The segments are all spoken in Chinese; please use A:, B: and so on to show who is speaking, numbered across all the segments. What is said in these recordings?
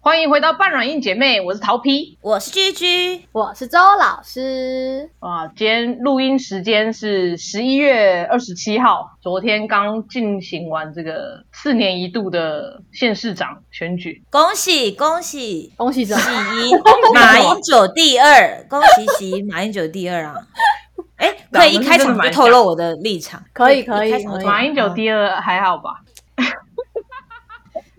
A: 欢迎回到半软硬姐妹，我是桃 P
B: 我是居居，
C: 我是周老师，
A: 啊。今天录音时间是十一月二十七号，昨天刚进行完这个四年一度的县市长选举，
B: 恭喜恭喜！
C: 恭喜周
B: 喜迎马英九第二，恭喜喜迎马英九第 二啊！哎，可以一开场就透露我的立场，
C: 可以可以
B: 一开场就
C: 可以
A: 马英九第二还好吧？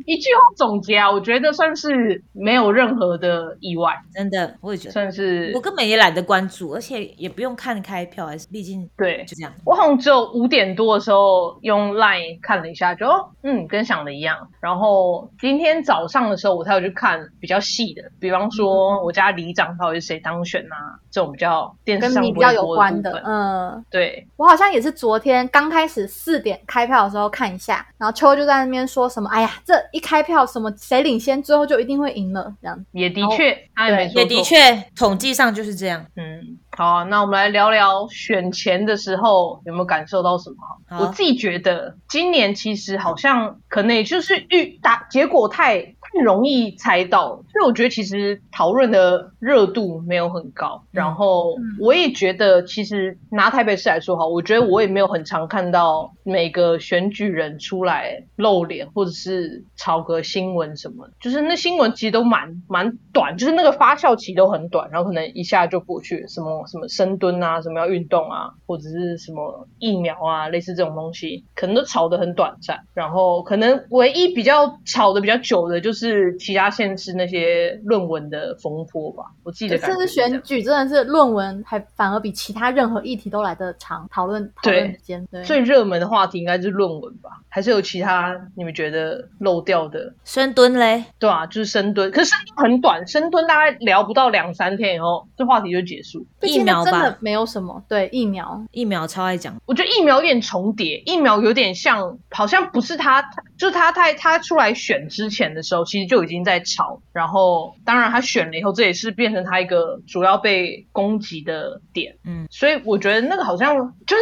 A: 一句话总结啊，我觉得算是没有任何的意外，
B: 真的，我也觉得，
A: 算是
B: 我根本也懒得关注，而且也不用看开票，还是毕竟
A: 对
B: 就这样。
A: 我好像只有五点多的时候用 Line 看了一下，就哦，嗯，跟想的一样。然后今天早上的时候，我才有去看比较细的，比方
C: 嗯
A: 说我家里长到底是谁当选啊，这种比较电视
C: 跟
A: 上
C: 你
A: 不会
C: 比较有
A: 播
C: 关
A: 的
C: 的
A: 部，分。
C: 嗯，
A: 对，
C: 我好像也是昨天刚开始四点开票的时候看一下，然后秋就在那边说什么，哎呀，这一开票什么谁领先，最后就一定会赢了这样子。
A: 也的
C: 哦
A: 确，他也没说
B: 也的
A: 错
B: 确，统计上就是这样。
A: 嗯，好啊、那我们来聊聊选前的时候有没有感受到什么？
B: 好
A: 我自己觉得今年其实好像可能也就是预打结果太太容易猜到了，所以我觉得其实讨论的热度没有很高。然后我也觉得，其实拿台北市来说哈，我觉得我也没有很常看到每个选举人出来露脸，或者是炒个新闻什么的，就是那新闻其实都蛮蛮短，就是那个发酵期都很短，然后可能一下就过去了，什么什么深蹲啊，什么要运动啊，或者是什么疫苗啊，类似这种东西，可能都炒得很短暂。然后可能唯一比较炒的比较久的，就是其他县市那些论文的风波吧，我自己的
C: 这
A: 感觉
C: 次
A: 是这样。
C: 选举真的是论文还反而比其他任何议题都来得长，讨论讨论时间。对，
A: 最热门的话题应该是论文吧，还是有其他你们觉得漏掉的？
B: 深蹲嘞，
A: 对啊，就是深蹲，可是深蹲很短，深蹲大概聊不到两三天以后，这话题就结束。
C: 毕竟那
B: 疫苗吧
C: 真的没有什么对疫苗，
B: 疫苗超爱讲，
A: 我觉得疫苗有点重叠，疫苗有点像，好像不是他，就是他在他出来选之前的时候，其实就已经在吵。然后，当然他选了以后，这也是变成他一个主要被攻击的点。
B: 嗯，
A: 所以我觉得那个好像就是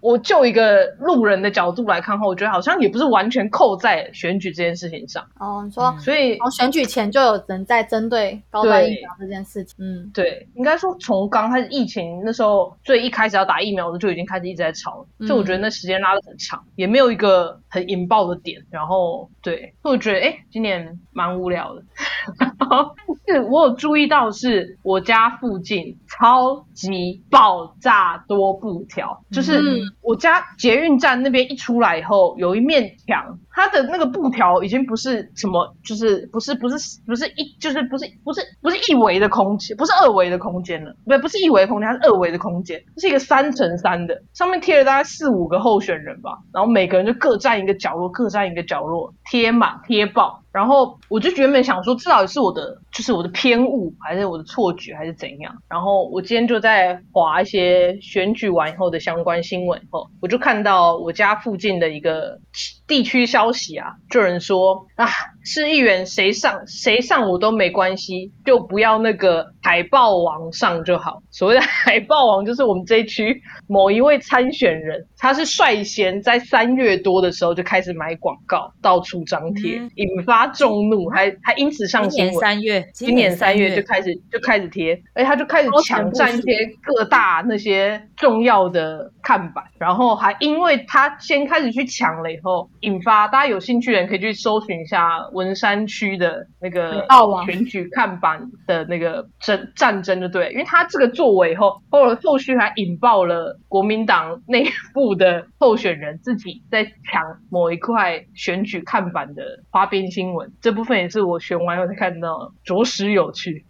A: 我就一个路人的角度来看的话，我觉得好像也不是完全扣在选举这件事情上。
C: 哦，你说
B: 嗯
A: 所以
C: 从选举前就有人在针对高端疫苗这件事情，嗯，
A: 对，应该说从刚开始疫情那时候，最一开始要打疫苗的就已经开始一直在吵了，
C: 嗯
A: 所以我觉得那时间拉得很长，也没有一个很引爆的点。然后对，所以我觉得哎，今年蛮无聊的。 然后但是我有注意到是我家附近超级爆炸多布条，就是
C: 嗯
A: 我家捷运站那边一出来以后，有一面墙，它的那个布条已经不是什么，就是不是不是不是一就是不是不是不是一维的空间，不是二维的空间了，不不是一维的空间，它是二维的空间，这是一个三乘三的，上面贴了大概四五个候选人吧，然后每个人就各占一个角落，各占一个角落，贴满贴爆。然后我就原本想说，这到底是我的，就是我的偏误，还是我的错觉，还是怎样？然后我今天就在划一些选举完以后的相关新闻以后，我就看到我家附近的一个地区消息啊，就有人说啊，市议员谁上谁上我都没关系，就不要那个海报王上就好。所谓的海报王，就是我们这一区某一位参选人，他是率先在三月多的时候就开始买广告，到处张贴，
B: 嗯
A: 引发众怒，还还因此上
B: 今
A: 新
B: 年
A: 闻。
B: 三月，
A: 今年三月就开始就开始贴，而且他就开始抢占一些各大那些重要的看板，然后还因为他先开始去抢了以后，引发大家有兴趣的人可以去搜寻一下文山区的那个
C: 澳网
A: 选举看板的那个争战争，就对了，因为他这个作为以后，后来后续还引爆了国民党内部的候选人自己在抢某一块选举看板的花边新闻，这部分也是我选完以后才看到的，着实有趣。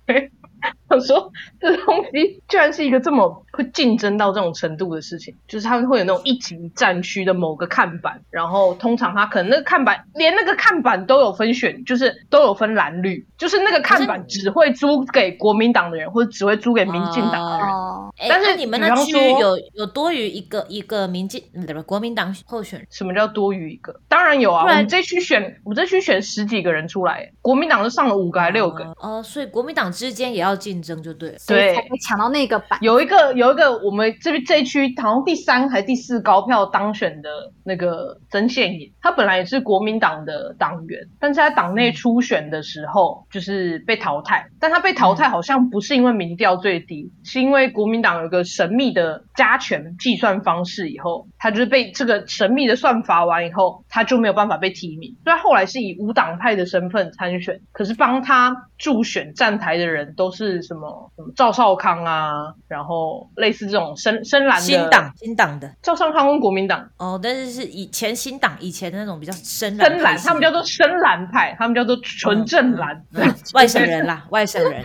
A: 我说这东西居然是一个这么会竞争到这种程度的事情，就是他们会有那种一级战区的某个看板，然后通常他可能那个看板连那个看板都有分选，就是都有分蓝绿，就是那个看板只会租给国民党的人，或者只会租给民进党的人。
C: 哦，
B: 哎，
A: 但是
B: 那你们那
A: 比方
B: 区
A: 说
B: 有有多余一个一个民进嗯不是国民党候选人？
A: 什么叫多余一个？当然有啊，
B: 不
A: 我
B: 然
A: 们这区选，我们这区选十几个人出来，国民党就上了五个还六个，
B: 哦，所以国民党之间也要竞争就对了。
C: 所以
A: 对
C: 才可以抢到那个版。
A: 有一个有有一个我们这边这一区好像第三还是第四高票当选的那个曾宪颖，他本来也是国民党的党员，但是他党内初选的时候就是被淘汰，但他被淘汰好像不是因为民调最低，是因为国民党有个神秘的加权计算方式，以后他就是被这个神秘的算法完以后，他就没有办法被提名，所以他后来是以无党派的身份参选，可是帮他助选站台的人都是什么什么赵少康啊，然后类似这种深深蓝的
B: 嗯新党新党的
A: 赵少康跟国民党
B: 哦，但是是以前新党以前的那种比较深蓝
A: 深蓝，
B: 派系
A: 他们叫做深蓝派，他们叫做纯正蓝，
B: 嗯 外省人啦，外省人。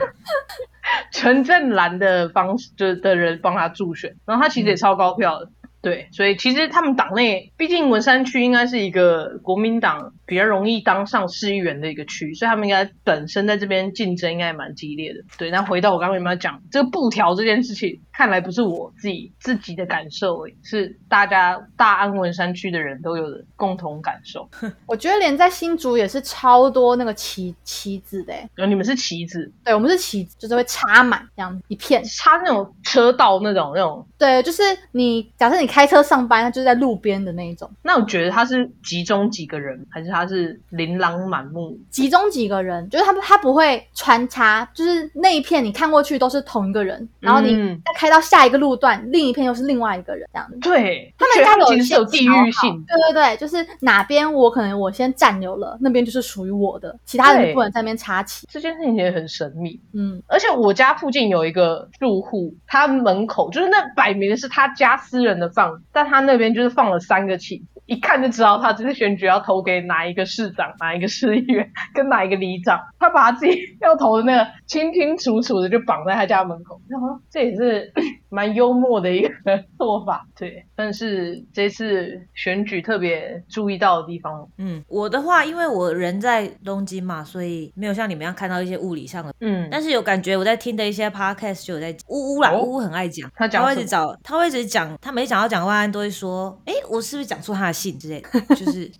A: 纯正蓝的方式就是的人帮他助选，然后他其实也超高票的。对，所以其实他们党内，毕竟文山区应该是一个国民党比较容易当上市议员的一个区，所以他们应该本身在这边竞争应该也蛮激烈的。对，那回到我刚刚有没有讲这个布条这件事情，看来不是我自己自己的感受而已，是大家大安文山区的人都有的共同感受。
C: 我觉得连在新竹也是超多那个旗旗子的欸，
A: 然后你们是旗子，
C: 对我们是旗子，就是会插满这样一片。
A: 插那种车道那种那种，
C: 对，就是你假设你开车上班，它就是在路边的那一种，
A: 那我觉得他是集中几个人，还是他是琳琅满目？
C: 集中几个人，就是它它不会穿插，就是那一片你看过去都是同一个人，然后你
A: 嗯
C: 再开到下一个路段，另一片又是另外一个人这样子。
A: 对，
C: 他
A: 我觉
C: 们
A: 得
C: 家
A: 他们
C: 有
A: 其实
C: 一
A: 是
C: 些
A: 有地域性的。
C: 对对对，就是哪边我可能我先占有了，那边就是属于我的，其他人
A: 对
C: 就不能在那边插旗。
A: 这件事情也很神秘，
C: 嗯，
A: 而且我家附近有一个住户，他门口就是那摆明是他家私人的放，但他那边就是放了三个旗，一看就知道他这次选举要投给哪一个市长、哪一个市议员跟哪一个里长，他把他自己要投的那个清清楚楚的就绑在他家门口，然后这也是 蛮幽默的一个做法，对。但是这次选举特别注意到的地方，
B: 嗯，我的话，因为我人在东京嘛，所以没有像你们一样看到一些物理上的，
A: 嗯，
B: 但是有感觉我在听的一些 podcast 就有在呜呜啦，
A: 哦
B: 呜呜很爱讲，
A: 他讲
B: 会一
A: 什
B: 直
A: 么
B: 找，他会一直讲，他每讲到蒋万安都会说，哎，我是不是讲错他的姓之类的，就是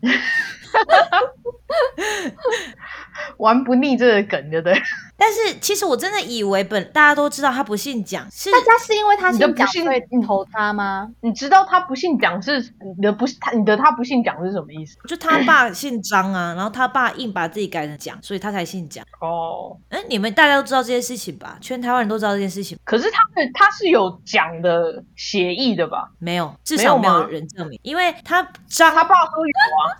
A: 玩不腻这个梗，对不对？
B: 但是其实我真的以为本大家都知道他不姓蒋，是
C: 大家是因为他
A: 你都
C: 姓
A: 不
C: 蒋
A: 信
C: 所以投他吗？
A: 你知道他不姓蒋是你的不是他你的他不姓蒋是什么意思？
B: 就他爸姓张啊，然后他爸硬把自己改成蒋，所以他才姓蒋。
A: 哦，
B: 哎，你们大家都知道这件事情吧？全台湾人都知道这件事情，
A: 可是他是他是有蒋的协议的吧？
B: 没有，至
A: 没
B: 少
A: 有
B: 没有
A: 吗
B: 人证明，因为他张
A: 他爸说有 啊，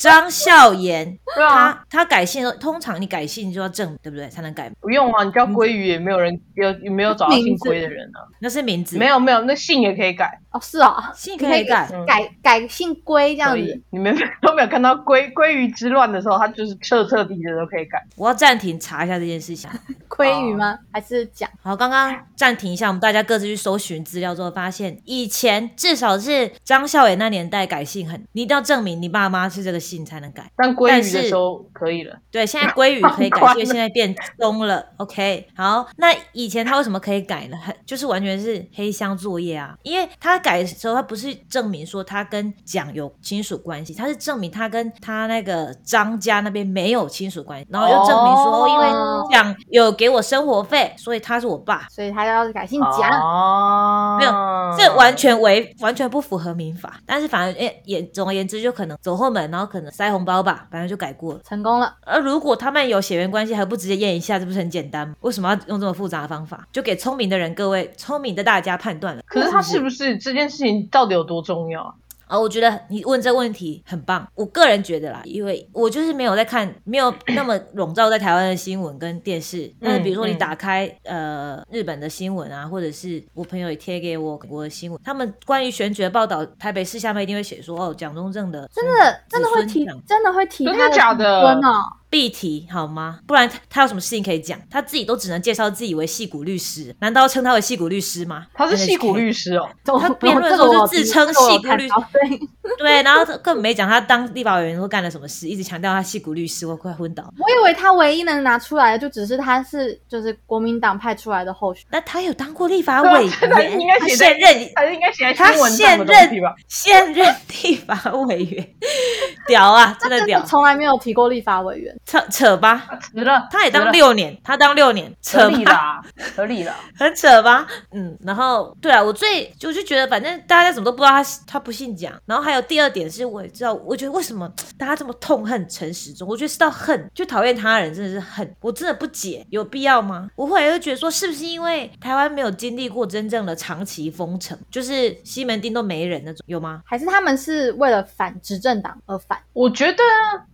B: 张孝言，
A: 对啊，
B: 他他改姓的时候，通常你改姓就要证明，对不对？才能改，
A: 不用啊，你叫鲑鱼也没有人有也没有找到姓鲑的人啊，
B: 那是名字，
A: 没有没有，那姓也可以改，
C: 哦，是哦，
B: 姓可以改。
A: 嗯
C: 改改姓龟这样
A: 可
C: 子
A: 以。。你们都没有看到鲑 鲑鱼之乱的时候，他就是彻彻底底的都可以改。
B: 我要暂停查一下这件事情。啊
C: 鲑
B: 哦
C: 鱼吗？还是蒋？
B: 好，刚刚暂停一下，我们大家各自去搜寻资料之后，发现以前至少是张孝言那年代改姓很，你一定要证明你爸妈是这个姓才能改。
A: 但鲑
B: 但
A: 鱼
B: 是
A: 的时候可以了，
B: 对，现在鲑鱼可以改，
A: 放宽
B: 因为现在变松了。OK，好，那以前他为什么可以改呢？很就是完全是黑箱作业啊，因为他改的时候，他不是证明说他跟蒋有亲属关系，他是证明他跟他那个张家那边没有亲属关系，然后又证明说，
A: 哦
B: 因为蒋有给我生活费，所以他是我爸。
C: 所以他要改姓蒋。
A: 哦，
B: 没有这完全违，完全不符合民法，但是反正也也总而言之，就可能走后门，然后可能塞红包吧，反正就改过了。
C: 成功了，
B: 而如果他们有血缘关系，还不直接验一下，这不是很简单吗？为什么要用这么复杂的方法？就给聪明的人，各位聪明的大家判断了。
A: 可是他是
B: 不
A: 不是这件事情到底有多重要啊？
B: 啊、我觉得你问这问题很棒，我个人觉得啦，因为我就是没有在看，没有那么笼罩在台湾的新闻跟电视。但是比如说你打开、呃日本的新闻啊，或者是我朋友也贴给我我的新闻，他们关于选举的报道，台北市下面一定会写说哦，蒋中正的
C: 真的
B: 子
C: 真的会
B: 孙
C: 提
B: 蒋，
C: 真的会提
A: 真
C: 他
A: 的假的
C: 子孙哦，
B: 必提好吗？不然他他有什么事情可以讲？他自己都只能介绍自己为戏骨律师，难道要称他为戏骨律师吗？
A: 他是戏骨律
B: 师，
A: 师哦，
B: 他辩论的时候就自称戏骨律师
C: 这个我有看到对，
B: 对，然后他根本没讲他当立法委员都干了什么事，一直强调他戏骨律师，我快昏倒。
C: 我以为他唯一能拿出来的，就只是他是就是国民党派出来的候选
B: 那他有当过立法
A: 对啊
B: 委
A: 真的
B: 员，
A: 应该
B: 他
A: 写在
B: 现任
A: 还是应该写在
B: 他
A: 新闻上
B: 现
A: 的东西吧
B: 任？现任立法委员，屌啊，真
C: 人，
B: 的
C: 真的
B: 屌！
C: 从来没有提过立法委员，
B: 扯扯吧，
A: 值了，
B: 他也
A: 值
B: 当啊
A: 了
B: 六年，他当六年，
A: 合
B: 扯
A: 理
B: 吧。
A: 啦，合理啦。
B: 很扯吧？嗯，然后对啊，我最就就觉得，反正大家怎么都不知道他他不姓蒋。然后还有第二点是，我也知道，我觉得为什么大家这么痛恨陈时中，我觉得是到恨，就讨厌他人真的是恨，我真的不解，有必要吗？我后来就觉得说，是不是因为台湾没有经历过真正的长期封城，就是西门町都没人那种，有吗？
C: 还是他们是为了反执政党而反？
A: 我觉得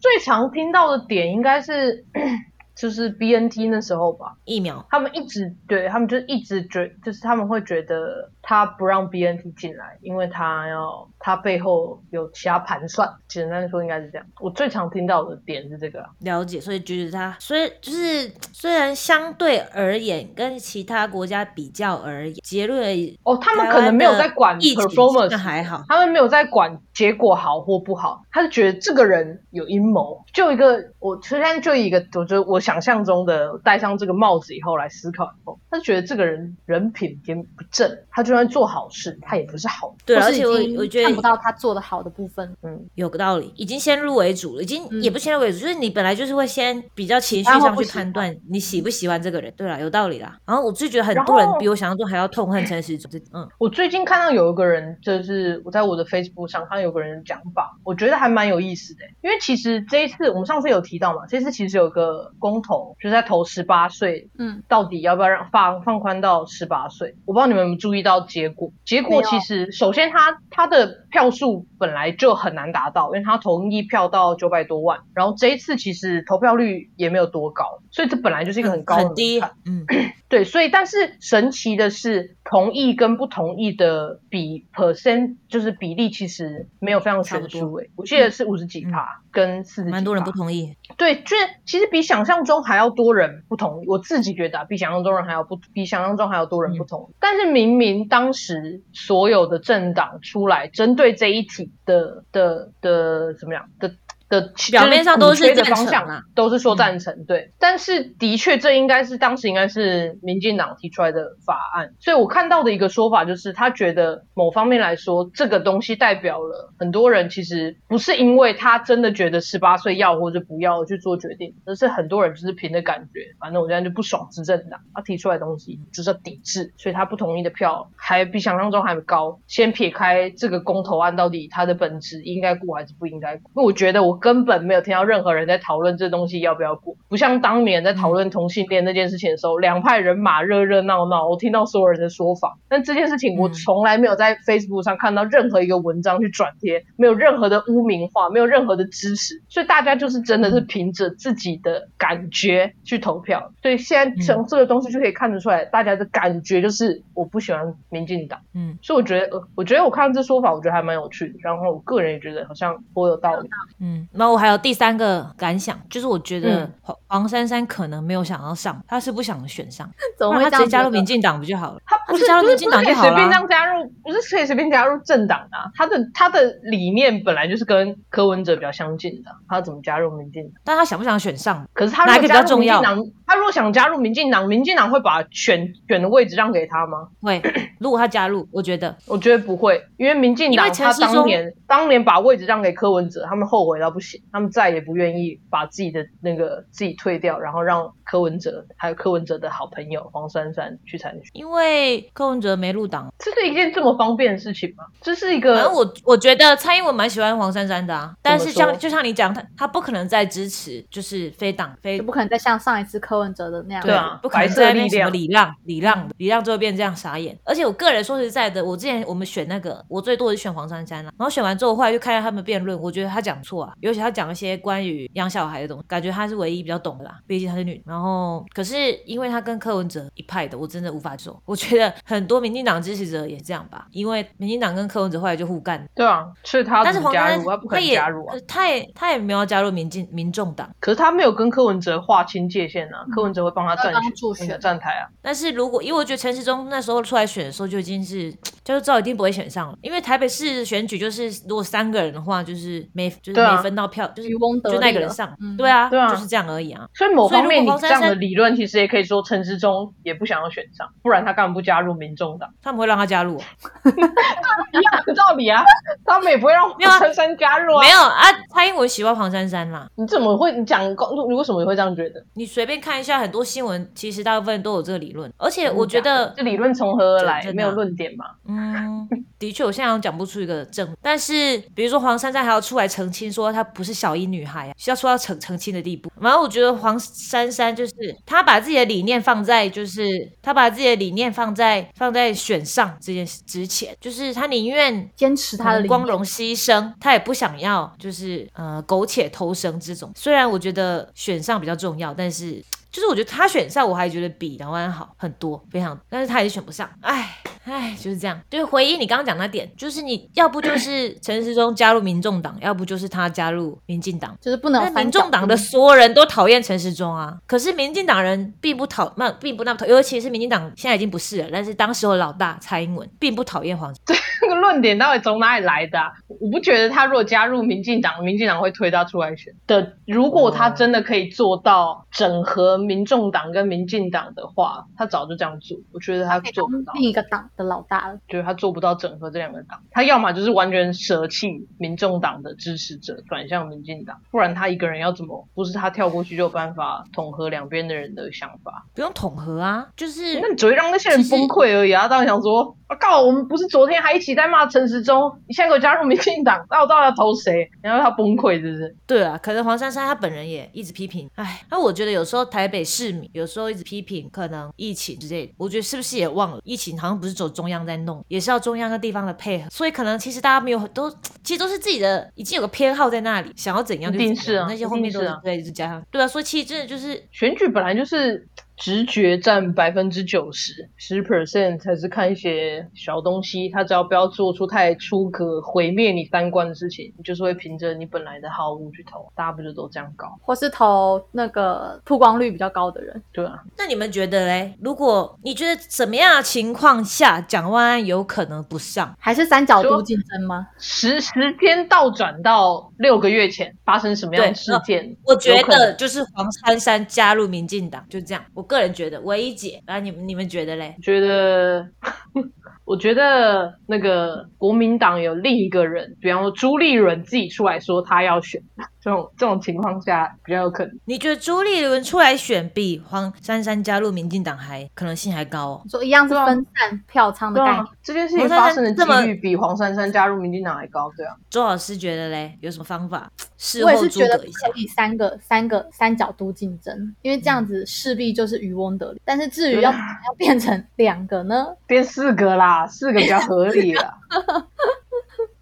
A: 最常听到的点应该是 就是 BNT 那时候吧，
B: 疫苗
A: 他们一直对他们就一直觉，就是他们会觉得他不让 BNT 进来，因为他要他背后有其他盘算。简单说应该是这样。我最常听到的点是这个啊、
B: 了解，所以觉得他，所以就是虽然相对而言跟其他国家比较而言，结论而言
A: 哦，他们
B: 台
A: 可
B: 湾
A: 能没有
B: 的
A: 在管
B: 疫情
A: performance，
B: 那还好。
A: 他们没有在管结果好或不好，他是觉得这个人有阴谋。就一个，我虽然就一个，我觉得我想象中的戴上这个帽子以后来思考以后，他就觉得这个人人品偏不正，他就算做好事，他也不是好人。
B: 对，
C: 或
B: 而
C: 是已
B: 且我
C: 经
B: 我觉
C: 看不
B: 得
C: 到他做的好的部分，
A: 嗯，
B: 有个道理，已经先入为主了，已经、
C: 嗯
B: 也不先入为主，就是你本来就是会先比较情绪
C: 欢或
B: 上
C: 不
B: 去
C: 喜欢
B: 判断你喜不喜欢这个人。对啦，有道理啦。然后我就觉得很
A: 然
B: 多人
A: 后
B: 比我想象中还要痛恨陈时中，嗯，
A: 我最近看到有一个人，就是我在我的 Facebook 上看到有个人讲法，我觉得还蛮有意思的。因为其实这一次我们上次有提到嘛，这次其实有个公投，就是在投十八岁
C: 嗯，
A: 到底要不要让放放宽到十八岁？我不知道你们有没有注意到结果。结
C: 没有
A: 果其实，首先他他的票数本来就很难达到，因为他同意票到九百多万，然后这一次其实投票率也没有多高，所以这本来就是一个很高的
B: 很低
A: 门槛，
B: 嗯，
A: 对，所以但是神奇的是，同意跟不同意的比 percent 就是比例其实没有非常
B: 差不
A: 悬
B: 多嗯
A: 殊诶、我记得是五十几趴、跟四十几趴，
B: 蛮多人不同意。
A: 对，就是其实比想象中还要多人不同意，我自己觉得、啊、比想象中人还要不比想象中还要多
B: 嗯
A: 人不同意。但是明明当时所有的政党出来针对这一题的的的怎么样的。的
B: 表面上都是
A: 就是鼓吹的
B: 赞
A: 方
B: 成
A: 向
B: 啊，
A: 都是说赞成，对。但是的确，这应该是当时应该是民进党提出来的法案，所以我看到的一个说法就是，他觉得某方面来说，这个东西代表了很多人其实不是因为他真的觉得十八岁要或者不要而去做决定，而是很多人就是凭着感觉，反正我现在就不爽执政党，他提出来的东西就是要抵制，所以他不同意的票还比想象中还高。先撇开这个公投案到底它的本质应该过还是不应该过，因为我觉得我根本没有听到任何人在讨论这东西要不要过，不像当年在讨论同性恋那件事情的时候，两派人马热热闹闹，我听到所有人的说法。但这件事情我
B: 嗯
A: 从来没有在 Facebook 上看到任何一个文章去转贴，没有任何的污名化，没有任何的支持，所以大家就是真的是凭着自己的感觉去投票。所以现在从这个东西就可以看得出来，大家的感觉就是我不喜欢民进党。
B: 嗯
A: 所以我觉得，呃，我觉得我看到这说法，我觉得还蛮有趣的。然后我个人也觉得好像颇有道理。
B: 嗯，然后我还有第三个感想，就是我觉得
A: 嗯
B: 黄黄珊珊可能没有想要上，她是不想选上，
C: 怎么
B: 那
C: 会
B: 她
C: 这
B: 直接加
C: 样
B: 入
C: 觉得
B: 民进党不就好了？
A: 他不
B: 就是加入
A: 不是
B: 民进党
A: 不是可以
B: 就好
A: 随便
B: 啦
A: 这样加入，不是可以随便加入政党的啊、他的他的理念本来就是跟柯文哲比较相近的啊，他怎么加入民进党？
B: 但她想不想选上？
A: 可是他
B: 哪一
A: 如果
B: 个比
A: 加
B: 较
A: 入
B: 重
A: 民
B: 要
A: 进党，他如果想加入民进党，民进党会把选选的位置让给他吗？
B: 会，如果她加入，我觉得
A: 我觉得不会，因为民进
B: 因
A: 党
B: 为陈
A: 他
B: 时
A: 当
B: 中
A: 年当年把位置让给柯文哲，他们后悔到不行，他们再也不愿意把自己的那个自己退掉，然后让柯文哲还有柯文哲的好朋友黄珊珊去参选，
B: 因为柯文哲没入党，
A: 这是一件这么方便的事情吗？这是一
B: 反正
A: 个
B: 我我觉得蔡英文蛮喜欢黄珊珊的啊，但是
A: 怎么说
B: 像就像你讲，他他不可能再支持就是非党非
C: 就不可能再像上一次柯文哲的那样。
A: 对啊
B: 不可能
A: 白色
B: 在那边
A: 力
B: 什么
A: 量
B: 礼让礼让礼让，最后变这样傻眼。而且我个人说实在的，我之前我们选那个，我最多是选黄珊珊啦、然后选完之后，后来就看到他们辩论，我觉得他讲错啊，尤其他讲一些关于养小孩的东西，感觉他是唯一比较懂的啦，毕竟她是女。然后可是因为他跟柯文哲一派的，我真的无法接受。我觉得很多民进党支持者也这样吧，因为民进党跟柯文哲后来就互干了。
A: 对啊，所以他
B: 但是
A: 怎么
B: 黄
A: 加
B: 珊
A: 入？
B: 珊
A: 他不可
B: 她
A: 能
B: 也
A: 加入啊。
B: 他也他也没有加入民进民众党。
A: 可是他没有跟柯文哲划清界限
B: 嗯
A: 啊，柯文哲会帮他
C: 他
A: 站
C: 帮
A: 选
C: 助
A: 那个
C: 选
A: 站台啊。
B: 但是如果因为我觉得陈时中那时候出来选的时候就已经是，就是知道一定不会选上了，因为台北市选举就是如果三个人的话，就是没就是
A: 对啊
B: 没分到票，就是
C: 渔翁得利
B: 就那个人
C: 了
B: 上，
C: 嗯
B: 对啊，
A: 对啊
B: 就是这样而已啊。
A: 所以某
B: 所以
A: 方
B: 如
A: 面，
B: 果
A: 你
B: 黄珊
A: 这样的理论，其实也可以说陈时中也不想要选上，不然他干嘛不加入民众党？
B: 他们会让他加入、哦？
A: 一样的道 理啊，他们也不会让黄
B: 没有啊
A: 珊珊加入啊。
B: 没有啊，蔡英文喜欢黄珊珊啦。
A: 你怎么会你讲公？你为什么你会这样觉得？
B: 你随便看一下很多新闻，其实大部分都有这个理论，而且我觉
A: 真的假
B: 得
A: 的这理论从何而
B: 真
A: 来？
B: 的
A: 没有论点嘛？
B: 嗯，的确，我现在好像讲不出一个正，但是比如说黄珊珊还要出来澄清说她不是小一女孩啊，是要说到澄澄清的地步。然后我觉得黄珊珊就是她把自己的理念放在，就是她把自己的理念放在放在选上这件事之前，就是她宁愿
C: 坚持他的理念
B: 嗯光荣牺牲，她也不想要就是呃苟且偷生这种。虽然我觉得选上比较重要，但是。就是我觉得他选上，我还觉得比台湾好很多，非常，但是他也选不上，唉唉，就是这样。就是回应你刚刚讲那点，就是你要不就是陈时中加入民众党，要不就是他加入民进党。
C: 就是不能
B: 那
C: 翻
B: 民众
C: 脚
B: 党的所有人都讨厌陈时中啊，可是民进党人并不讨，那并不那么讨，尤其是民进党现在已经不是了，但是当时候的老大蔡英文并不讨厌黄，
A: 这个论点到底从哪里来的啊、我不觉得他如果加入民进党，民进党会推他出来选的。如果他真的可以做到整合民众党跟民进党的话，他早就这样做。我觉得他
C: 可以
A: 做不到
C: 当，另一个党的老大了。
A: 觉得他做不到整合这两个党。他要么就是完全舍弃民众党的支持者，转向民进党，不然他一个人要怎么？不是他跳过去就有办法统合两边的人的想法，
B: 不用统合啊，就是
A: 那你只会让那些人
B: 其实
A: 崩溃而已啊！当然想说，我、啊、靠，我们不是昨天还一起在骂陈时中，你现在给我加入民进党，那我到底要投谁？然后他崩溃，是不是？
B: 对啊，可能黄珊珊她本人也一直批评，哎，那我觉得有时候台北市民有时候一直批评，可能疫情之类的，我觉得是不是也忘了疫情好像不是走中央在弄，也是要中央跟地方的配合，所以可能其实大家没有都其实都是自己的已经有个偏好在那里，想要怎样就
A: 一定
B: 怎
A: 是
B: 样
A: 啊
B: 那些后面都
A: 一定是啊
B: 对，就加上对啊，所以其实真的就是
A: 选举本来就是直觉占百分之九十，十 percent 才是看一些小东西。他只要不要做出太出格、毁灭你三观的事情，你就是会凭着你本来的好恶去投。大家不就都这样搞？
C: 或是投那个曝光率比较高的人，
A: 对啊，
B: 那你们觉得嘞？如果你觉得怎么样的情况下蒋万安有可能不上？
C: 还是三角度
A: 说
C: 竞争吗？
A: 时时间倒转到六个月前发生什么样的
B: 对
A: 事件？
B: 我觉
A: 有可
B: 得
A: 能
B: 就是黄珊珊加入民进党，就这样。我个人觉得唯一解，然后你们你们觉得嘞？
A: 觉得， 我觉得那个国民党有另一个人，比方说朱立伦自己出来说他要选，这种这种情况下比较有可能。
B: 你觉得朱立伦出来选比黄珊珊加入民进党还可能性还高哦？
C: 说一样是
A: 对啊
C: 分散票仓的
A: 对
C: 概
A: 啊
C: 念，，
A: 这件事情
B: 黄珊珊
A: 发生的
B: 这么
A: 几率比黄珊珊加入民进党还高，对啊，
B: 周老师觉得嘞，有什么方法？啊事
C: 我也
B: 后
C: 是
B: 诸
C: 觉得
B: 葛
C: 不
B: 一下
C: 可。以三个三个三角都竞争，因为这样子势必就是渔翁得利。但是至于
B: 啊
C: 要怎么样变成两个呢？
A: 变四个啦，四个比较合理 啦。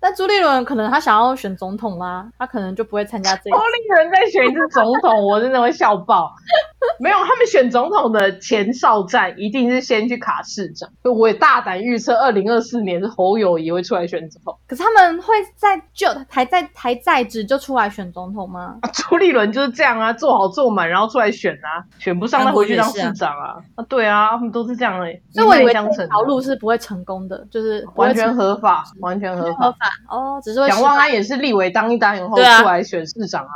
C: 那朱立伦可能他想要选总统啦，他可能就不会参加这
A: 高
B: 哦
C: 个。
A: 丽人再选一次总统，我真的会笑爆。没有，他们选总统的前哨战一定是先去卡市长，就我也大胆预测，二零二四年是侯友谊会出来选总统。
C: 可是他们会在就还在还在职就出来选总统吗？
A: 啊朱立伦就是这样啊，做好做满，然后出来选啊，选不上
B: 韩
A: 他
B: 国
A: 回去
B: 也
A: 当
B: 是啊
A: 市长啊。啊，对啊，他们都是这样哎、
C: 所以我以
A: 一脉
C: 为
A: 相
C: 这
A: 承
C: 条路是不会成功的，就是不会
A: 完全
C: 成
A: 合法，完全合
C: 合
A: 法。
C: 法哦，只是会
A: 蒋
C: 失
A: 万
C: 败
A: 安也是立委当一当以后
B: 对啊
A: 出来选市长啊。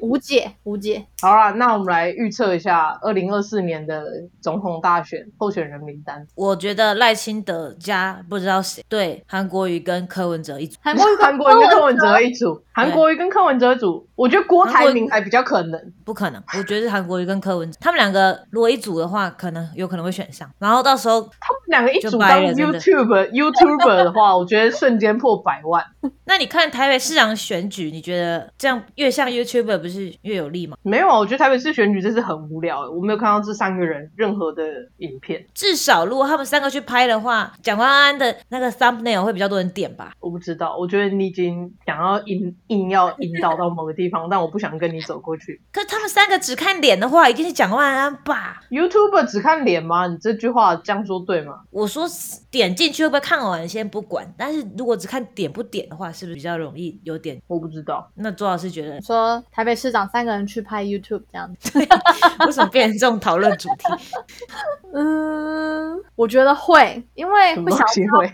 C: 无解无解。
A: 好啦，那我们来预测一下二零二四年的总统大选候选人名单。
B: 我觉得赖清德加不知道谁对韩国瑜跟柯文哲一组，
C: 韩国瑜
A: 韩国瑜跟柯文哲一组，韩国瑜跟柯文哲一组，我觉得郭台铭还比较可能。
B: 不可能。我觉得是韩国瑜跟柯文哲，他们两个如果一组的话，可能有可能会选上。然后到时候
A: 他们两个一
B: 就
A: 组
B: 掰
A: 当
B: 了真的
A: YouTube YouTuber 的话，我觉得瞬间破百万。
B: 那你看台北市长选举，你觉得这样越像 YouTuber 不是越有利吗？
A: 没有啊，我觉得台北市选举这次很无聊，欸我没有看到这三个人任何的影片，
B: 至少如果他们三个去拍的话，蒋万安的那个 thumbnail 会比较多人点吧？
A: 我不知道。我觉得你已经想要引硬要引导到某个地方，但我不想跟你走过去。
B: 可是他们三个只看脸的话，一定是蒋万安吧？
A: YouTuber 只看脸吗？你这句话这样说对吗？
B: 我说点进去会不会看完先不管，但是如果只看点不点的话，是不是比较容易有点？
A: 我不知道，
B: 那周老师觉得
C: 说台北市长三个人去拍 YouTube 这样子，
B: 为什么变成这种讨论主题？
C: 嗯，我觉得会，因为
B: 哎
A: 什么
C: 会想
B: 啊
A: 东西
C: 知 道
A: 会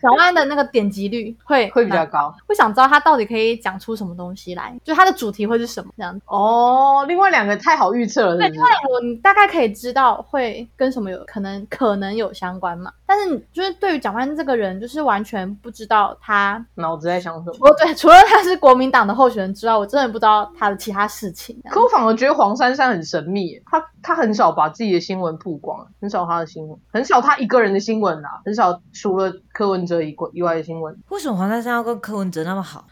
C: 小安的那个点击率会
A: 会比较高？
C: 会想知道他到底可以讲出什么东西来，就他的主题会是什么这样子。
A: 哦，另外两个太好预测了，
C: 对，
A: 是
C: 另
A: 不是
C: 外我你大概可以知道会跟什么有可能可能有相关嘛，但是你就是对于蒋万安这个人，就是完全不知道他
A: 脑子在想什么？
C: 哦，对，除了他是国民党的候选人之外，我真的不知道他的其他事情。啊
A: 可我反而觉得黄珊珊很神秘，她她很少把自己的新闻曝光，很少她的新闻，很少她一个人的新闻啊啦，很少除了柯文哲以外以外的新闻。
B: 为什么黄珊珊要跟柯文哲那么好？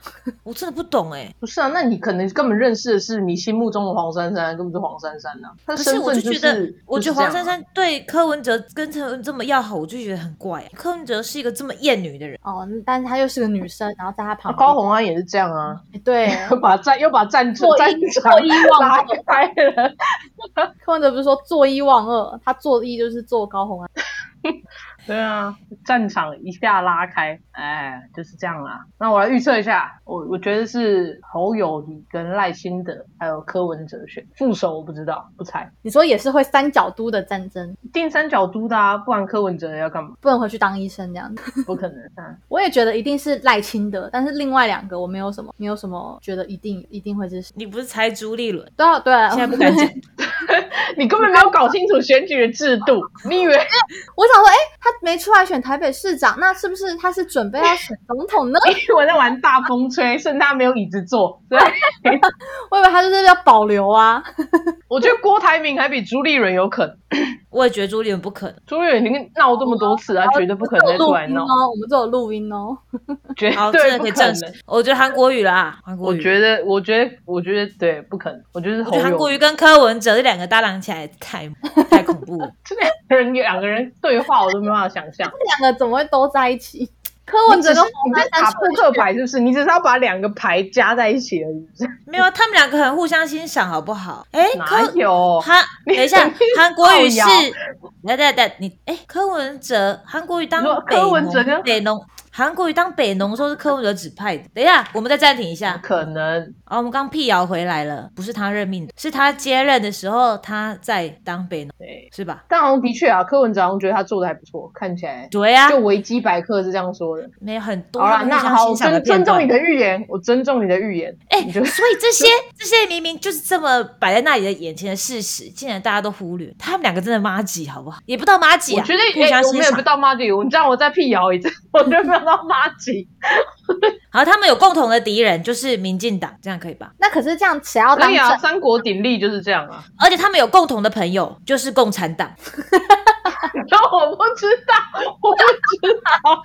B: 我真的不懂哎、
A: 不是啊，那你可能根本认识的是你心目中的黄珊珊，根本就黄珊珊呐、啊。她
B: 可
A: 的
B: 是
A: 身
B: 我
A: 份
B: 就
A: 就
B: 觉得，
A: 是
B: 我觉
A: 就
B: 得
A: 是这样啊
B: 黄珊珊对柯文哲跟他们这么要好，我就觉得很怪、欸柯文哲是一个这么厌女的人，
C: 哦，但是她又是个女生，然后在她
A: 那
C: 旁边，
A: 啊高红安也是这样啊，
C: 哎对，
A: 又 把战又把战
C: 做
A: 战
C: 一
A: 场
C: 做一忘
A: 拉
C: 二
A: 开了。
C: 柯文哲不是说做一忘二，他做一就是做高红安。 啊
A: 对啊，战场一下拉开，哎，就是这样啦。那我来预测一下，我我觉得是侯友谊跟赖清德还有柯文哲选副手，我不知道，不猜。
C: 你说也是会三角都的战争，
A: 一定三角都的啊，不然柯文哲要干嘛？
C: 不能回去当医生这样。
A: 不可能啊。
C: 我也觉得一定是赖清德，但是另外两个我没有什么，没有什么觉得一定一定会是谁。
B: 你不是猜朱立伦？
C: 对啊，对啊，，
B: 现在不敢讲
A: 你根本没有搞清楚选举的制度，你以为
C: 我想说，哎，他没出来选台北市长，那是不是他是准备要选总统呢？
A: 因为我在玩大风吹，剩他没有椅子坐。啊所以
C: 我以为他就是要保留啊。
A: 我觉得郭台铭还比朱立伦有可能。
B: 我也觉得朱立伦不 可能。
A: 朱立伦已经闹这么多次啊，绝对不可能再出来
C: 我们这有录音
A: 闹，
C: 哦，我们这有录音哦。
A: 绝
B: 好，这
A: 对
B: 个
A: 不
B: 可以
A: 可
B: 证
A: 能
B: 实。。我觉得韩国瑜啦，韩国
A: 我
B: 瑜，
A: 觉得，我觉得，我觉得对，不可能。我觉得是
B: 我
A: 侯
B: 觉得韩国
A: 友
B: 瑜
A: 宜，
B: 跟柯文哲这两个搭档起来太 太恐怖了。
A: 这两个人两个人对话，我都没办法想 象。
C: 这两个怎么会都在一起？柯文哲
A: 你只
C: 跟
A: 是
C: 黄
A: 你在
C: 珊
A: 打
C: 珊
A: 扑克牌是不是？你只是要把两个牌加在一起而已，是不是
B: 没有，啊他们两个很互相欣赏，好不好？哎，
A: 哪
B: 柯
A: 有？
B: 韩，
A: 你
B: 等 一下
A: 你是，
B: 韩国瑜是
A: 造谣，
B: 来来来，你哎，柯文哲，韩国瑜当
A: 你说
B: 北
A: 柯文哲
B: 农，
A: 跟
B: 北农，韩国瑜当北农的时候是柯文哲指派的。等一下，我们再暂停一
A: 不
B: 下。
A: 可能，
B: 哦，我们刚辟谣回来了，不是他任命的，是他接任的时候他在当北农，
A: 对。
B: 是吧？
A: 但好像的确啊，柯文哲好像觉得他做的还不错，看起来
B: 对呀、啊
A: 就，维基百科是这样说的。
B: 没有很多
A: 好啦，
B: 互
A: 那
B: 相
A: 好，
B: 欣赏的
A: 尊尊
B: 片
A: 重
B: 段
A: 你。的预言，我尊重你的预言。
B: 哎、
A: 你就
B: 所以这些这些明明就是这么摆在那里的眼前的事实，竟然大家都忽略。他们两个真的妈几好不好？也不到妈几
A: 我
B: 啊，
A: 觉得
B: 互
A: 哎、
B: 相
A: 我
B: 欣
A: 们也
B: 赏
A: 不。到妈吉，你知道我再辟谣一次， 我就没有到妈吉。
B: 好，他们有共同的敌人，就是民进党，这样可以吧？
C: 那可是这样，谁
B: 哦
C: 要
A: 所
C: 当
A: 以啊，
C: 政？
A: 三国鼎立就是这样啊。
B: 而且他们有共同的朋友，就是共产党。
A: 然后我不知道，我不知道，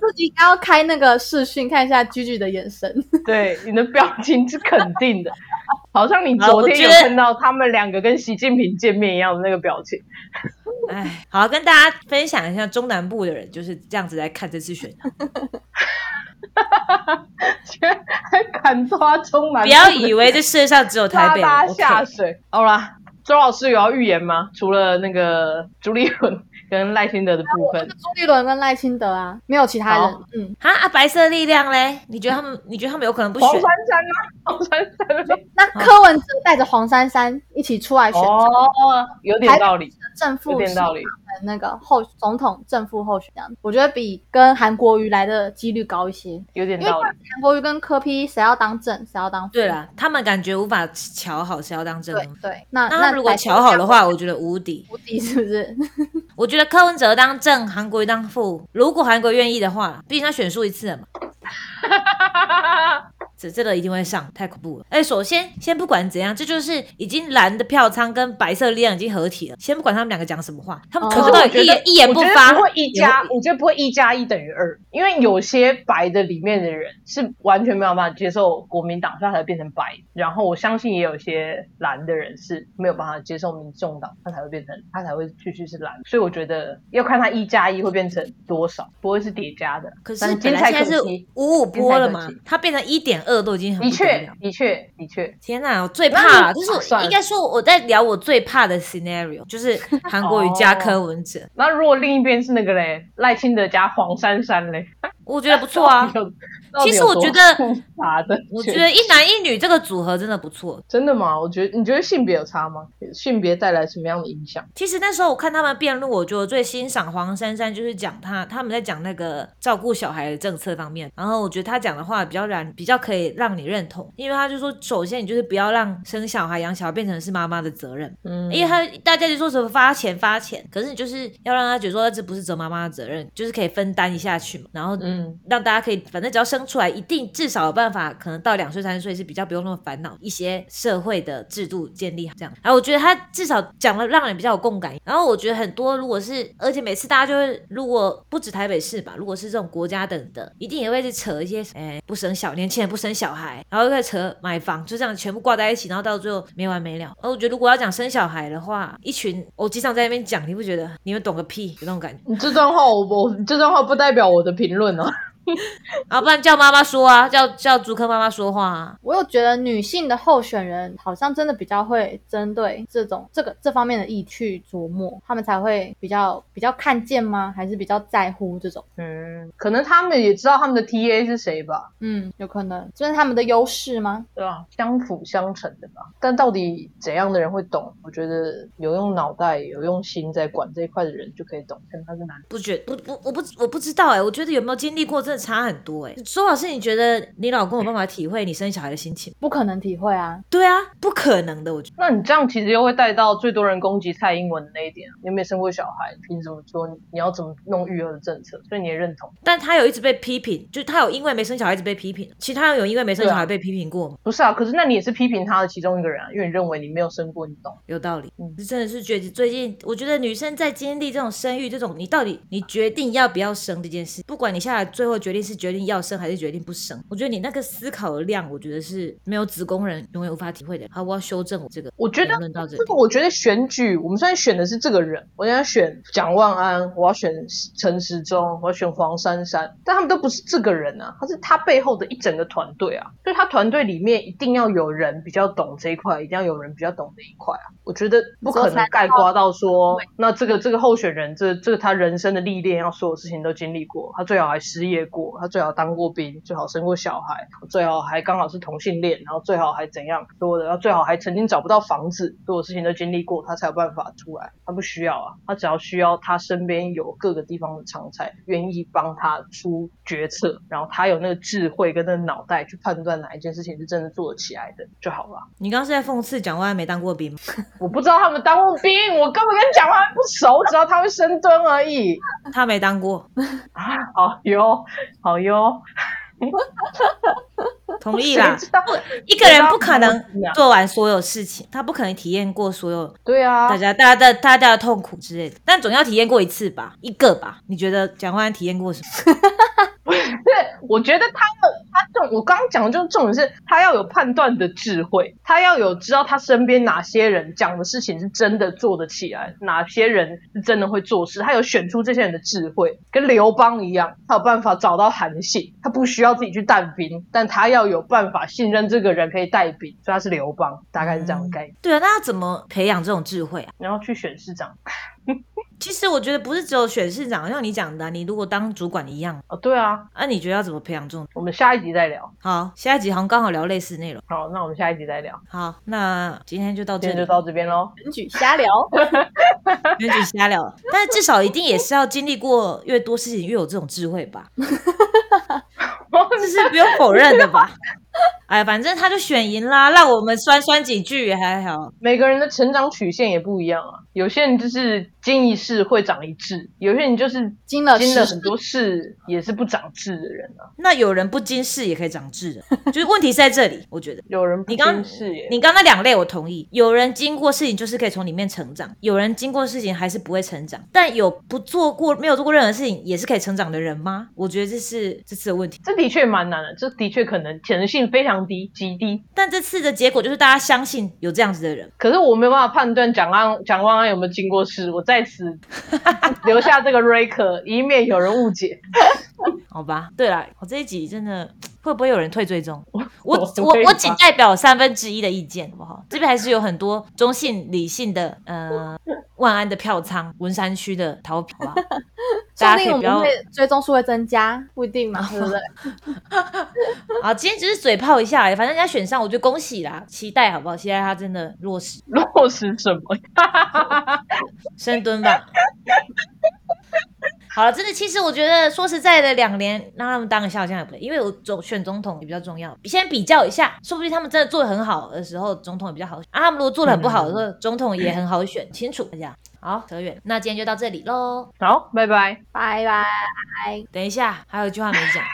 C: 自己应该要开那个视讯看一下居居的眼神。
A: 对你的表情是肯定的，好像你
B: 好
A: 昨
B: 我
A: 天
B: 觉
A: 有
B: 得
A: 看到他们两个跟习近平见面一样的那个表情。
B: 哎，好，跟大家分享一下中南部的人就是这样子来看这次选举。
A: 还敢抓中南部的
B: 不要以为这世界上只有台
A: 拉
B: 北人
A: 大家
B: OK
A: 下水。好啦，周老师有要预言吗？除了那个朱立伦跟赖清德的部分，
C: 朱立伦跟赖清德啊，没有其他人
A: 好。
C: 嗯，
B: 啊啊！白色力量嘞？你觉得他们？你觉得他们有可能不选
A: 黄？珊珊呢？黄珊啊珊呢
C: 那柯文哲带着黄珊珊一起出来选
A: 哦，有点道理，
C: 正
A: 有
C: 副
A: 点道理。
C: 那个候总统正副候选人，我觉得比跟韩国瑜来的几率高一些，因
A: 有点
C: 为
A: 道理。
C: 韩国瑜跟柯 P 谁要当正，谁要当副
B: 对啦，他们感觉无法瞧好谁要当正
C: 对
B: 宗。
C: 对，
A: 啊
C: 那
B: 那他们如果
C: 来
B: 瞧好的话，我觉得无敌。
C: 无敌是不是？
B: 我觉得柯文哲当正，韩国瑜当副。如果韩国瑜愿意的话，毕竟他选输一次了嘛。 这这个一定会上，太恐怖了！哎，首先先不管怎样，这就是已经蓝的票仓跟白色力量已经合体了，先不管他们两个讲什么话，他们
C: 哦
B: 可
A: 可
B: 能
A: 是
B: 到
A: 我觉
B: 底一
A: 得
B: 言一言
A: 我觉得
B: 发
A: 不会一
B: 也会
A: 加，我觉得不会一加一等于二，因为有些白的里面的人是完全没有办法接受国民党，所以他才变成白。然后我相信也有些蓝的人是没有办法接受民众党，他才会变成他才会继续是蓝。所以我觉得要看他一加一会变成多少，不会是叠加的。
B: 可
A: 但
B: 是
A: 精
B: 本
A: 彩
B: 来现在
A: 可
B: 是
A: 惜。
B: 五五波了嘛
A: 精彩可，
B: 它变成一点二都已经很
A: 的
B: 不得
A: 确
B: 了。，
A: 的确，的确，
B: 天哪，我最怕
A: 那
B: 了，
A: 你
B: 就是
A: 啊算
B: 我
A: 了
B: 应该说我在聊我最怕的 scenario，就是
A: 哦
B: 韩国瑜加柯文哲。
A: 那如果另一边是那个嘞，赖清德加黄珊珊嘞，
B: 我觉得不 错啊。其实我觉得
A: 啥的，
B: 我觉得一男一女这个组合真的不错。
A: 真的吗？我觉得你觉得性别有差吗？性别带来什么样的影响？
B: 其实那时候我看他们辩论，我觉得最欣赏黄珊珊就是讲她他们在讲那个照顾小孩的政策方面，然后我觉得她讲的话比较然比较可以让你认同，因为她就说，首先你就是不要让生小孩养小孩变成是妈妈的责任，
A: 嗯，
B: 因为她大家就说什么发钱发钱，可是你就是要让她觉得说这不是责妈妈的责任，就是可以分担一下去嘛，然后
A: 嗯
B: 让大家可以反正只要生出来，一定至少有办法，可能到两岁三岁是比较不用那么烦恼一些社会的制度建立这样。然后我觉得他至少讲了让人比较有共感。然后我觉得很多如果是，而且每次大家就会，如果不止台北市吧，如果是这种国家等的，一定也会去扯一些，哎，不生小年轻人不生小孩，然后又在扯买房，就这样全部挂在一起，然后到最后没完没了。而我觉得如果要讲生小孩的话，一群欧机上在那边讲，你不觉得你们懂个屁有那种感觉？
A: 你这段话我我你这段话不代表我的评论哦。
B: 啊，不然叫妈妈说啊，叫叫竹科妈妈说话啊。
C: 我有觉得女性的候选人好像真的比较会针对这种这个这方面的意去琢磨，他们才会比较比较看见吗？还是比较在乎这种？
A: 嗯，可能他们也知道他们的 TA 是谁吧，
C: 嗯，有可能这是他们的优势吗？
A: 对啊吧？相辅相成的吧。但到底怎样的人会懂？我觉得有用脑袋、有用心在管这一块的人就可以懂，看他是哪里。
B: 不觉不不我不我不知道哎、我觉得有没有经历过真的差很多哎、周老师，你觉得你老公有办法体会你生小孩的心情吗？
C: 不可能体会啊！
B: 对啊，不可能的，我觉得。
A: 那你这样其实又会带到最多人攻击蔡英文的那一点。你有没有生过小孩？凭什么说你要怎么弄育儿的政策？所以你也认同？
B: 但他有一直被批评，就他有因为没生小孩一直被批评，其他人有因为没生小孩被批评过吗？
A: 不是啊，可是那你也是批评他的其中一个人啊，因为你认为你没有生过，你懂？
B: 有道理
A: 嗯，
B: 这真的是觉得最近，我觉得女生在经历这种生育这种，你到底你决定要不要生这件事，不管你下来最后决定是决定要生还是决定不生，我觉得你那个思考的量，我觉得是没有子宫人永远无法体会的。好，我要修正我这个
A: 我觉得
B: 言论到这
A: 这
B: 里
A: 个。我觉得选举，我们虽然选的是这个人，我想选蒋万安，我要选陈时中，我要选黄珊珊，但他们都不是这个人啊，他是他背后的一整个团队啊，所以他团队里面一定要有人比较懂这一块，一定要有人比较懂这一块啊，我觉得不可能概括到说，那这个这个候选人，这这个他人生的历练，要所有事情都经历过，他最好还失业过，他最好当过兵，最好生过小孩，最好还刚好是同性恋，然后最好还怎样多的，然后最好还曾经找不到房子，所有事情都经历过，他才有办法出来。他不需要啊，他只要需要他身边有各个地方的常才愿意帮他出决策，然后他有那个智慧跟那个脑袋去判断哪一件事情是真的做得起来的就好了。
B: 你刚刚是在讽刺蒋万安没当过 兵吗？
A: 我不知道他们当过兵，我根本跟蒋万安不熟，只知道他会深蹲而已。
B: 他没当过，
A: 啊，好哟，好哟，
B: 同意啦
A: 谁知道。
B: 不，一个人不可
A: 谁知
B: 能
A: 道他们啊
B: 做完所有事情，他不可能体验过所有
A: 对啊，
B: 大家大家的大家的痛苦之类的，但总要体验过一次吧，一个吧。你觉得蒋万安体验过什么？
A: 对，我觉得他的他这种，我刚刚讲的就是重点是，他要有判断的智慧，他要有知道他身边哪些人讲的事情是真的做得起来，哪些人是真的会做事，他有选出这些人的智慧，跟刘邦一样，他有办法找到韩信，他不需要自己去带兵，但他要有办法信任这个人可以带兵，所以他是刘邦，大概是这样的概念。
B: 对啊，那要怎么培养这种智慧啊？
A: 然后去选市长，
B: 其实我觉得不是只有选市长，像你讲的啊、你如果当主管一样，
A: 哦，对啊，
B: 啊，你觉得要怎么培养这种？
A: 我们下一集再聊。
B: 好，下一集好像刚好聊类似内容。
A: 好，那我们下一集再聊，
B: 好，那今天就到
A: 今
B: 这
A: 天
B: 里，
A: 就到这边 喽。
C: 选举瞎 聊，
B: 原举瞎聊。但是至少一定也是要经历过越多事情，越有这种智慧吧，这是不用否认的吧？哎，反正他就选赢啦，让我们酸酸几句也还好。
A: 每个人的成长曲线也不一样啊，有些人就是经一事会长一智，有些人就是
C: 经了
A: 经了
C: 世
A: 很多事也是不长智的人啊。
B: 那有人不经事也可以长智的，就是问题是在这里，我觉得。
A: 有人不
B: 你刚
A: 经事也，
B: 你刚那两类我同意，有人经过事情就是可以从里面成长，有人经过事情还是不会成长，但有不做过没有做过任何事情也是可以成长的人吗？我觉得这是这次的问题。
A: 这的确蛮难的，这的确可能可能性非常低，极低。
B: 但这次的结果就是大家相信有这样子的人，
A: 可是我没有办法判断蒋万蒋万安有没有经过事，我在 此留下这个 r e c 以免有人误解。
B: 好吧？对啦，我这一集真的会不会有人退追踪？我
A: 我
B: 我
A: 我可以
B: 我仅
A: 吗
B: 代表三分之一的意见，好不好？这边还是有很多中性理性的，呃，万安的票仓，文山区的逃票 啊，
C: 说
B: 大家
C: 不定
B: 可以
C: 我
B: 不要
C: 们会追踪数会增加，不一 定嘛，对不对？
B: 啊，今天只是嘴炮一下而已，反正人家选上，我就恭喜啦，期待好不好？期待他真的落实
A: 落实什么？
B: 深蹲吧。 好了，真的，其实我觉得说实在的，两年让他们当一下好像也不对，因为我总选总统也比较重要。先比较一下，说不定他们真的做的很好的时候，总统也比较好选；啊，他们如果做的很不好的时候，总统也很好选。清楚大家。好，扯远了，那今天就到这里喽。
A: 好，拜拜。
C: 拜拜。
B: 等一下，还有一句话没讲，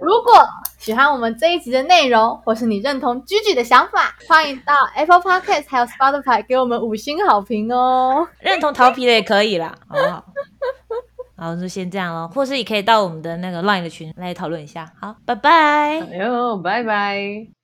C: 如果喜欢我们这一集的内容，或是你认同居居的想法，欢迎到 Apple Podcast 还有 Spotify 给我们五星好评哦。
B: 认同调皮的也可以啦，好不好？好，就先这样喽，或是也可以到我们的那个 LINE 的群来讨论一下。好，拜拜。
A: 哎呦，拜拜。